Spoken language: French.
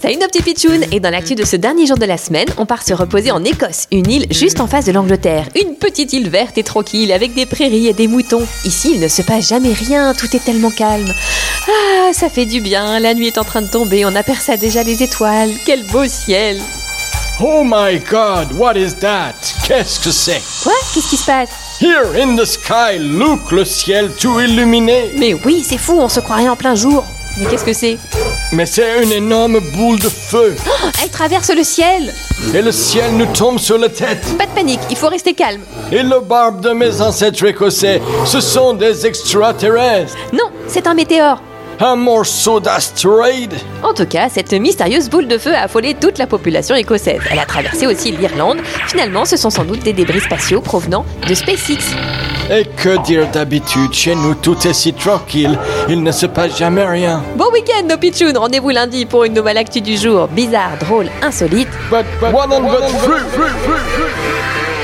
Salut nos petits pitchouns Et dans l'actu de ce dernier jour de la semaine, on part se reposer en Écosse, une île juste en face de l'Angleterre. Une petite île verte et tranquille, avec des prairies et des moutons. Ici, il ne se passe jamais rien, tout est tellement calme. Ah, ça fait du bien, la nuit est en train de tomber, on aperçoit déjà les étoiles, quel beau ciel Oh my god, what is that? Qu'est-ce que c'est? Quoi Qu'est-ce qui se passe Here in the sky, look, le ciel tout illuminé. Mais oui, c'est fou, on se croirait en plein jour Mais qu'est-ce que c'est Mais c'est une énorme boule de feu. Oh, Elle traverse le ciel Et le ciel nous tombe sur la tête. Pas de panique, il faut rester calme Et le barbe de mes ancêtres écossais, ce sont des extraterrestres. Non, c'est un météore Un morceau d'astéroïde. En tout cas, cette mystérieuse boule de feu a affolé toute la population écossaise. Elle a traversé aussi l'Irlande. Finalement, ce sont sans doute des débris spatiaux provenant de SpaceX. Et que dire d'habitude, chez nous tout est si tranquille, il ne se passe jamais rien. Bon week-end, nos pitchouns Rendez-vous lundi pour une nouvelle actu du jour. Bizarre, drôle, insolite. But, but, one on the fruit, fruit, fruit, fruit.